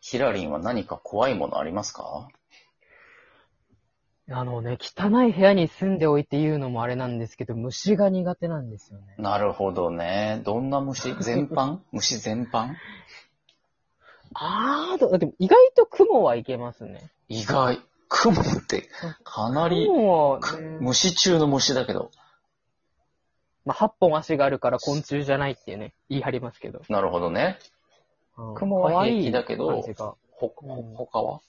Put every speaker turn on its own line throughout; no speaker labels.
ヒラリンは何か怖いものありますか
あのね、汚い部屋に住んでおいて言うのもあれなんですけど、虫が苦手なんですよね。
なるほどね。どんな 虫全般虫全般
あーど、でも意外と雲はいけますね。
意外。雲って、かなり、
雲は
く
ね、
虫中の虫だけど。
まあ、8本足があるから昆虫じゃないってね、言い張りますけど。
なるほどね。
うん
雲は平気だけど
可愛い感じが
ほ、ほ、他は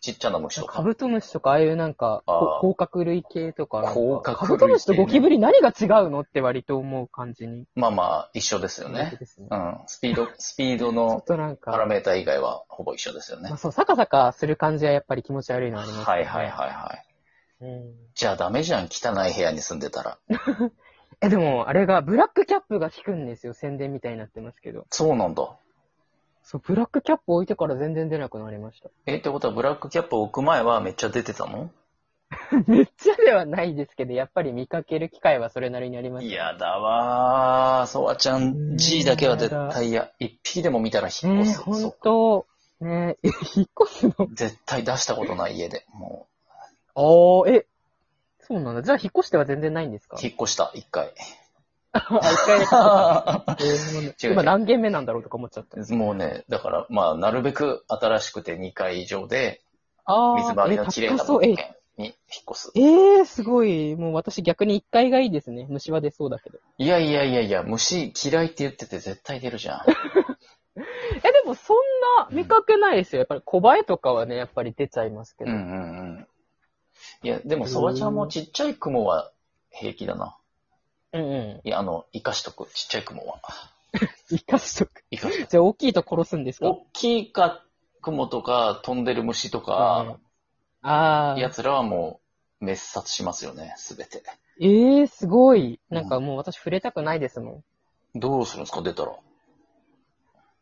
ちっちゃな虫と
カ
か。
ブトムシとか、ああいうなんか、
あー
甲殻類系とかなんか
甲殻類系ね
カブトムシとゴキブリ何が違うのって割と思う感じに。
まあまあ、一緒ですよね。
ですね。ち
う
ょ
ん。スピード、スピード
っ
の
となん
パラ
か、
メータ以外はほぼ一緒ですよね
まあ、。そう、サカサカする感じはやっぱり気持ち悪いのあります、ね。
はいはいはいはい。
うん
じゃあダメじゃん、汚い部屋に住んでたら。
え、でも、あれが、ブラックキャップが効くんですよ。宣伝みたいになってますけど。
そうなんだ。
そう、ブラックキャップ置いてから全然出なくなりました。
え、ってことはブラックキャップを置く前はめっちゃ出てたの
めっちゃではないですけど、やっぱり見かける機会はそれなりにあります。
嫌だわー。ソワちゃ
うんん
G だけは絶対嫌。一匹でも見たら引っ
ね
越
え、
す。
ほ
そ
ん
う
と、ねえ、引っ越すの
絶対出したことない家で。も
ああ、え、そうなんだ。じゃあ引っ越しては全然ないんです
う
か、
引っ越した、一 回。
あ、一回だけ
違う違う
今何軒目なんだろうとか思っちゃった。
もうね、だから、まあ、なるべく新しくて2回以上で、
あ
水回りの綺麗な
そ
物
う。え、
件に引っ越す。
えー、すごい。もう私逆に一階がいいですね。虫は出そうだけど。
いやいやいやいや、虫嫌いって言ってて絶対出るじゃん。
え、でもそんな見かけないですよ。やっぱり小映えとかはね、やっぱり出ちゃいますけ
う
ど。
んうんうん。いや、でも、ソワちゃんもちっちゃい雲は平気だな。
うんう
いや、あの、生かしとく、ちっちゃい雲は。
ん。生かしとく。
生かしとく。
じゃあ大きいと殺すんですか
大きいか、雲とか、飛んでる虫と
うん
か、
ああ。
奴らはもう、滅殺しますよね、すべて。
ええー、すごい。なんかもう私触れたくないですもん。
どうするんですか、出たら。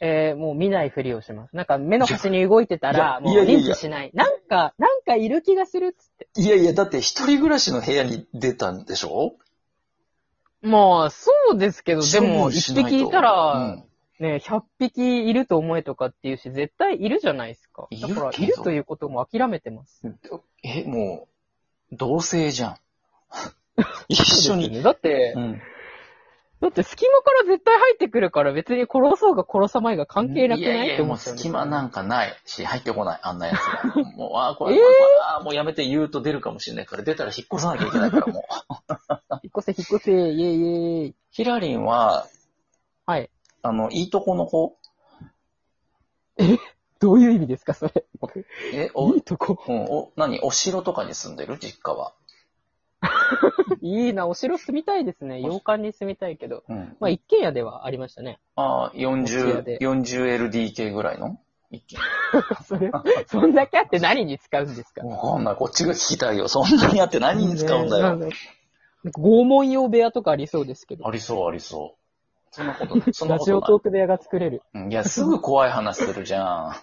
えー、もう見ないふりをします。なんか目の端に動いてたら、
いや
も
いうやいやい
認
や
知しない。なんか、なんかいる気がするっつって。
いやいや、だって一人暮らしの部屋に出たんでしょ
まあ、そうですけど、で
処
も、
分し
一
ないと
匹いた
うん
ら、ね、100匹いると思えとかっていうし、絶対いるじゃないですか。
いる
だ
けど
から、いるということも諦めてます。
え、もう、同性じゃ ん。一緒
そうです
に。
よねだって、
ん。
だって隙間から絶対入ってくるから、別に殺そうが殺さまいが関係なくない
やい
っ
や
て思
もう
っちゃうんです
隙
よ
間なんかないし、入ってこない、あんなやつ が。もう、ああ、これ、
えー
ああ、もうやめて言うと出るかもしれないから、出たら引っ越さなきゃいけない から、もう。
引っ越せ、引っ越せ、イェイイェイ。
ヒラリンは、
はい。
あの、いいとこの子
どういう意味ですか、それ。
え、 お、う
い
ん
い、とこ。
お、何お城とかに住んでる実家は。
いいな、お城住みたいですね。洋館に住みたいけど。
うん。
まあ、一軒家ではありまし たね。
ああ、
お家
40
で、
40LDK ぐらいの一軒
それ、そんだけあって何に使うんですか
わかんない。こっちが聞きたいよ。そんなにあって何に使うんだよ。
ねなんかなんか拷問用部屋とかありそうですけど。
ありそう、ありそう。そんなことない。そんな
ラ
こ
ジ
と
オ
な
ト
い
ーク部屋が作れる。
うん。いや、すぐ怖い話するじゃん。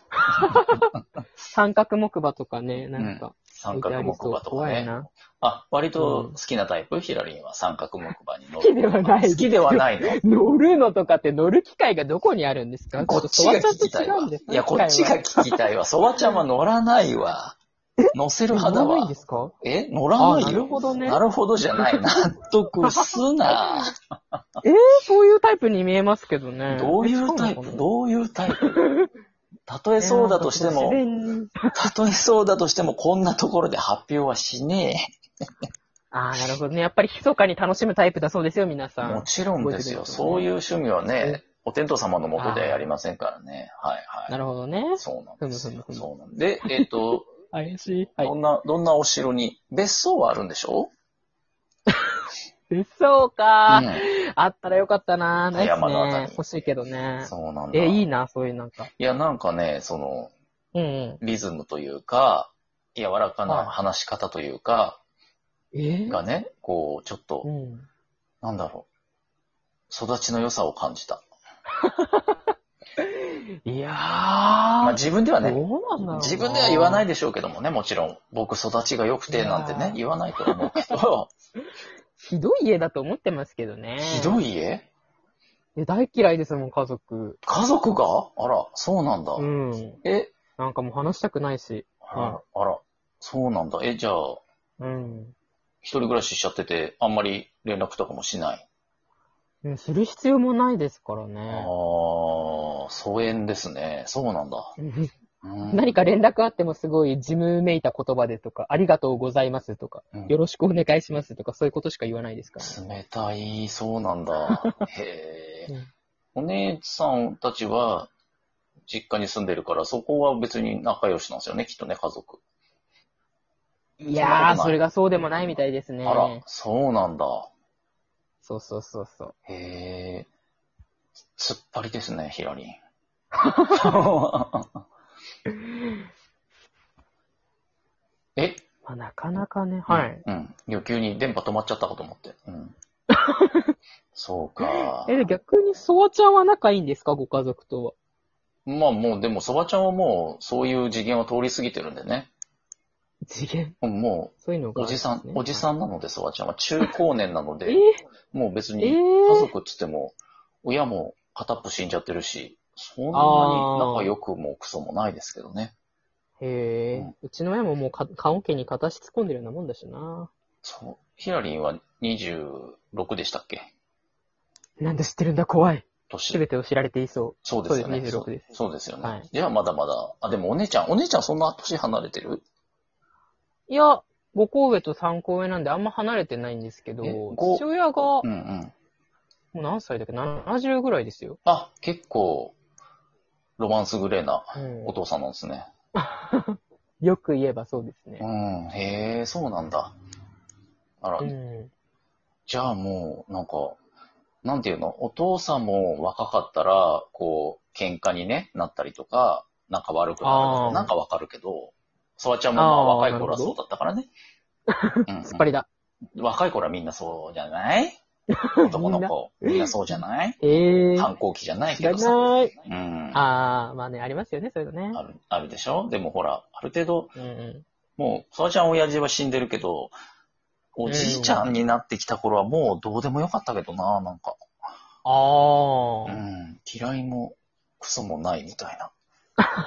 三角木馬とかね、なんか。
三角木馬とか
怖い
ね。
な。
あ、割と好きなタイプ、ヒラリンは三角木馬に乗
好きではない
好きではないの。
乗るのとかって乗る機会がど こにあるんですか
こっちが
ちょ
聞
っと
き
ソワ
た
ち
い
ゃん
わ
と違うんです。
いや、こっちが聞きたいわ。ソワちゃんは乗らないわ。乗せる派だ
乗らないん
わ
で。すか
え乗らないよ。
あなるほどね
なるほどじゃない。納得すな。
えー、そういうタイプに見えますけどね。
どういうタイ
え
プどういうタイプ 例えそうだとしても、
えーなんか自然に
例えそうだとしても、こんなところで発表はしね
ああ、なるほどね。やっぱり密かに楽しむタイプだ そうですよ、皆
え。
さ
も
ん。
ちろんですよ。
そう
そ
いうこと
ういう趣味はね
え、
お天道様のもとではやりませんからね。はいは
なるほどね
い。。そうなんです
ふむ
よ。
ふむふむ
そうなん で、えっと、
怪しい。はい
ど。んな、どんなお城に、別荘はあるんでしょ
嘘
う
か、
ん
あったらよかったな。ないっす
山のあたり
ね。欲しいけどね。
そうなんだ。
え、いい
い
な、そういうなんか。
や、なんかね、その、
うんうん。
リズムというか、柔らかな話し方というか、
えー
がね、こう、ちょっと、
うん。
なんだろう。育ちの良さを感じた。
いやー、
まあ自分では
ど
ね、
うなんだろうな
自分では言わないでしょうけどもね、もちろん。僕育ちが良くてなんて
いや
ね
ー、
言わないと思うけ ど、
ひどい家だと思ってますけどね。
ひど
い
い家
大嫌いですもん、家族。
家族があら、そうなんだ。
うん。
え、
なんかもう話したくないし。
あら、そうなんだ。え、じゃあ、
うん。
一人暮らししちゃってて、あんまり連絡とかもしない。
うんする必要もないですから
あ
ね。
あ、疎遠ですね。そうなんだ。うん
何か連絡あってもすごい事務めいた言葉でとか、ありがとうございますとか、
うん
よろしくお願いしますとか、そういうことしか言わないですからね。
冷たい、そうなん だ。へ
う
え
ん。
お姉さんたちは、実家に住んでるから、そこは別に仲良しなんですよね、きっとね、家族。
いや
ん
ー、
なこと
そ
な
れがそうでもないみたいですね。
あら、そうなんだ。
そうそうそうそう。
へえ。つっぱりですね、ヒラ リン。え
まあ、なかなかね、はい。。
うん。余急に電波止まっちゃったかと思って。 うん。そうか。
え、で逆に、ソワちゃんは仲いいんですかご家族とは。
まあもう、でも、そばちゃんはもう、そういう次元を通り過ぎてるんでね。
次元。
うんも
そういうの
う、
が、
おじさん、おじさ
ん。
んなので、そばちゃんは中高年なの
えー
で、もう別に、
えー
家族っつっても、親も片っぽ死んじゃってるし、そんなに仲良くもクソもないですけどね。
へえ
うん。
うちの親ももうか、棺桶に片足突っ込んでるようなもんだしな。
そう。ヒラリンは26でしたっけ
なんで知ってるんだ、怖い。すべ
年。
てを知られていそ
そうですよね。
そうです26です
そうですよね、
はい
じゃあまだまだ。あ、でもお姉ちゃん、お姉ちゃんそんな年離れてる
う。いや、5個上と3個上なんであんま離れてないんですけど、
えご
父親が、も
うんうん。
う何歳だっけ ?70 ぐらいですよ。
あ、結構、ロマンスグレーな
うん
お父さんなんですね。
よく言えばそうです
う
ね。
ん、へえ、そうなんだ。あら、
うん。
じゃあもう、なんか、なんていうの、お父さんも若かったら、こう、喧嘩に、ね、なったりとか、なんか悪くなると
あ
か、
ー
なんかわかるけど、そわちゃんもまあ
あー
若い頃は
なる
そ
ほ
う
ど
だったからね。うんうん
突っ張りだ。
若い頃はみんなそうじゃない 男の子、みんなそうじゃない
ええー。
反抗期じゃない
知
け
ら
どさ。
ない。
うん。あ
あー、まあね、ありますよね、そういうのね。
る、あるでしょでもほら、ある程度、
うんう
もう、そわちゃん親父は死んでるけど、おじいちゃんになってきた頃はもうどうでもよかったけどな、なんか。う
ん。あー。
ん、嫌いもクソもないみたいな。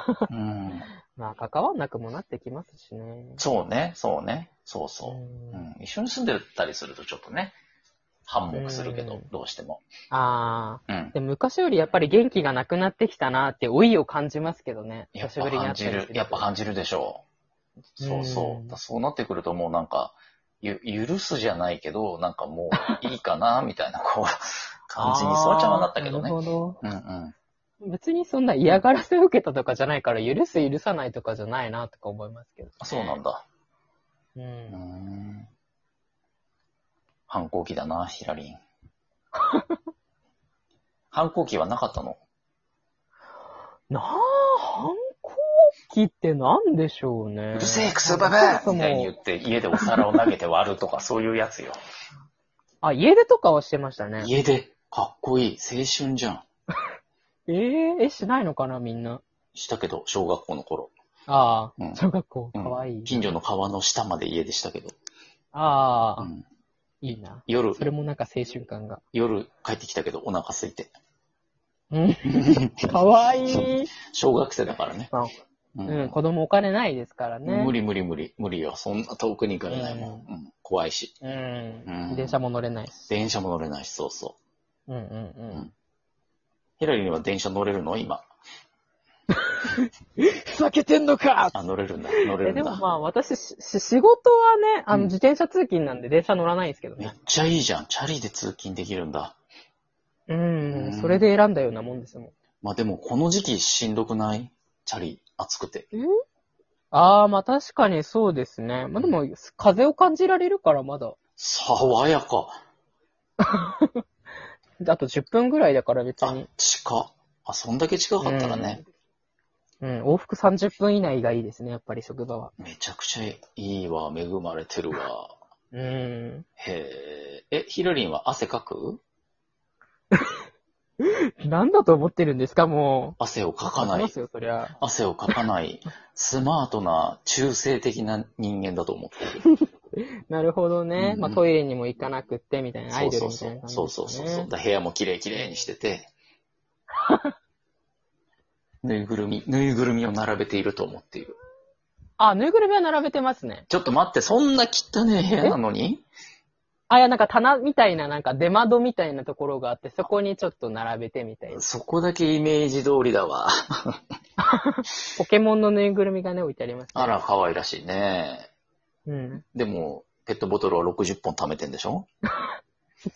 うん、
まあ、関わんなくもなってきますしね。
そうね、そうね、そうそうう。うんん、一緒に住んでたりするとちょっとね、反目するけど
うん、
どうしても。
あ
うん
ー。。でも昔よりやっぱり元気がなくなってきたなって老いを感じますけどね。
や
久
っ
しぶ
ぱ
り
感
に会った
じ
りす
る
る、と
やっぱ感じるでしょう。そうそうう。
ん
だそうなってくるともうなんか、ゆ、許すじゃないけど、なんかもういいかな、みたいな、こう、感じに、そわちゃんはなったけど
あ
ね
ー。なるほ
うんうん。
ど。別にそんな嫌がらせを受けたとかじゃないから、許す許さないとかじゃないなとか思いますけど。
あそうなんだ。
う。
うんーん。反抗期だな、ヒラリン。 反抗期はなかったの
なあ、反抗期って何でしょうね。
うるせえ、クソババ
そ
ア
も
みたいに言って、家でお皿を投げて割ると か、そういうやつよ。
あ、家出とかはしてましたね。
家で、かっこいい、青春じゃん。
えー、え、しないのかな、みんな。
したけど、小学校の頃。
ああ、
うん
小学校、
うん
かわいい。
近所の川の下まで家でしたけど。
ああ、
うん
いいな。
夜
そ、れもなんか青春感が。
夜帰ってきたけど、お腹空いて。
うん、かわいい。
小学生だからね。
まあ
う
うん、子供お金ないですからね。
無。理無理無理。無理よ。そんな遠くに行かれないもん。
う
うん怖いし。
うん。
うん
電車も乗れないし。
電車も乗れないし、そうそう。
うんうん
ヒラリンは電車乗れるの今。
うん。ふざけてんのか
あ、乗れるんだ。乗れる
え
ん
で
だ。
もまあ私し、し仕事はね、あ
うん
の、自転車通勤なんで電車乗らないんですけど
めっ
ね。
ちゃいいじゃん。チャリで通勤できるんだ。
うん、
うん
それで選んだようなもんですもん。
まあでも、この時期しんどくないチャリ、暑くて。
ああ、まあ確かにそうですね。まあでも、風を感じられるからまだ。
爽やか。
あと10分ぐらいだから別
あ
に。、
近っ。あ、そんだけ近かったらね、
うん、往復30分以内がいいですね、やっぱり職場は。
めちゃくちゃいいわ。恵まれてるわ。
うん。
へえ。え、ヒラリンは汗かく
なんだと思ってるんですか、も
汗を
う。
かかな
書きま
い。
すよ、そりゃ。
汗をかかない、スマートな、中性的な人間だと思ってる。
なるほど
うん
ね。
うん
まあトイレにも行かなくって、みたいな、アイドルみたいな感じ
そう
です
そう そうそ
よ
うそうそう。
ね。
だから部屋も綺麗綺麗にしてて。ぬいぐるみ、ぬいぐるみを並べていると思っている。
あ、ぬいぐるみは並べてますね。
ちょっと待って、そんな汚ねえ部屋なのに
あ、いや、なんか棚みたいな、なんか出窓みたいなところがあって、そこにちょっと並べてみたいな。
そこだけイメージ通りだわ。
ポケモンのぬいぐるみがね、置いてあります、ね。
あら、可愛らしいね。
うん。
でも、ペットボトルは60本貯めてんでしょ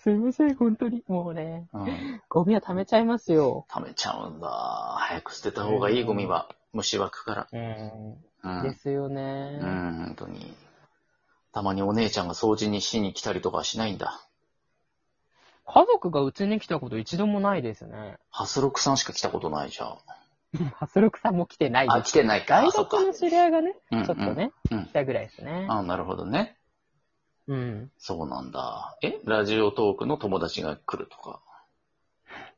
すいません、本当に。もうね、
うん。
ゴミは溜めちゃいますよ。
貯めちゃうんだ。早く捨てた方がいいゴミは、虫湧くか
うん。
ら。う
で
ん。
すよね。
うん、本当に。たまにお姉ちゃんが掃除にしに来たりとかはしないんだ。
家族がうちに来たこと一度もないですね。
ハスロックさんしか来たことないじゃん。
ハスロクさんも来てない
あ、
で
来
す。
てないか。
大
あそっか
学の知り合いがね、
うんうん
ちょっとね、
うん
来たぐらいですね。
あ、なるほどね。
うん。
そうなんだ。えラジオトークの友達が来るとか。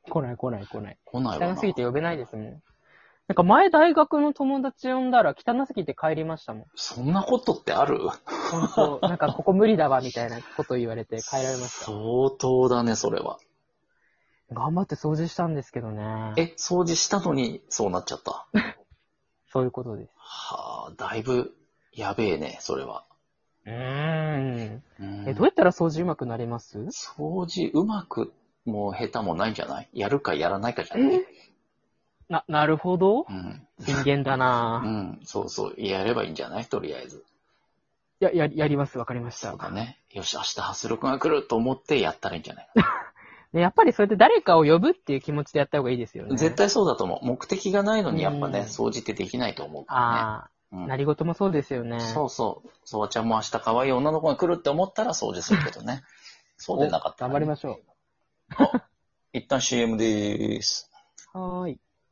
来ない来ない来ない。
来ないわな。
汚すぎて呼べないですもん。なんか前大学の友達呼んだら汚すぎて帰りましたもん。
そんなことってある
本当なんかここ無理だわみたいなこと言われて帰られました。
相当だね、それは。
頑張って掃除したんですけどね。
え、掃除したのにそうなっちゃった。
そういうことです。
はあ、だいぶやべえね、それは。
うーん。
うん
え、どうやったら掃除うまくなります
掃除うまくも下手もないんじゃないやるかやらないかじゃない、
な、なるほど。
うん、
人間だ
う、
なん
そうそう、やればいいんじゃないとりあえず。
ぁ。や、や、やります。わかりまし
そ
た
う。だね。よし、明日発力が来ると思ってやったらいいんじゃないか
ね、やっぱりそうやって誰かを呼ぶっていう気持ちでやった方がいいですよ
な。
ね。
絶。対そうだと思う。目的がないのにやっぱね、
うん
掃除ってできないと思うか
あ
ら
あ、
ね。
何事もそうですよ
う
ね。
ん、そうそう。そわちゃんも明日可愛い女の子が来るって思ったら掃除するけどね。そうでなかったら
お
ね、
頑張りましょ
一旦 CM でーす。
う。はーい。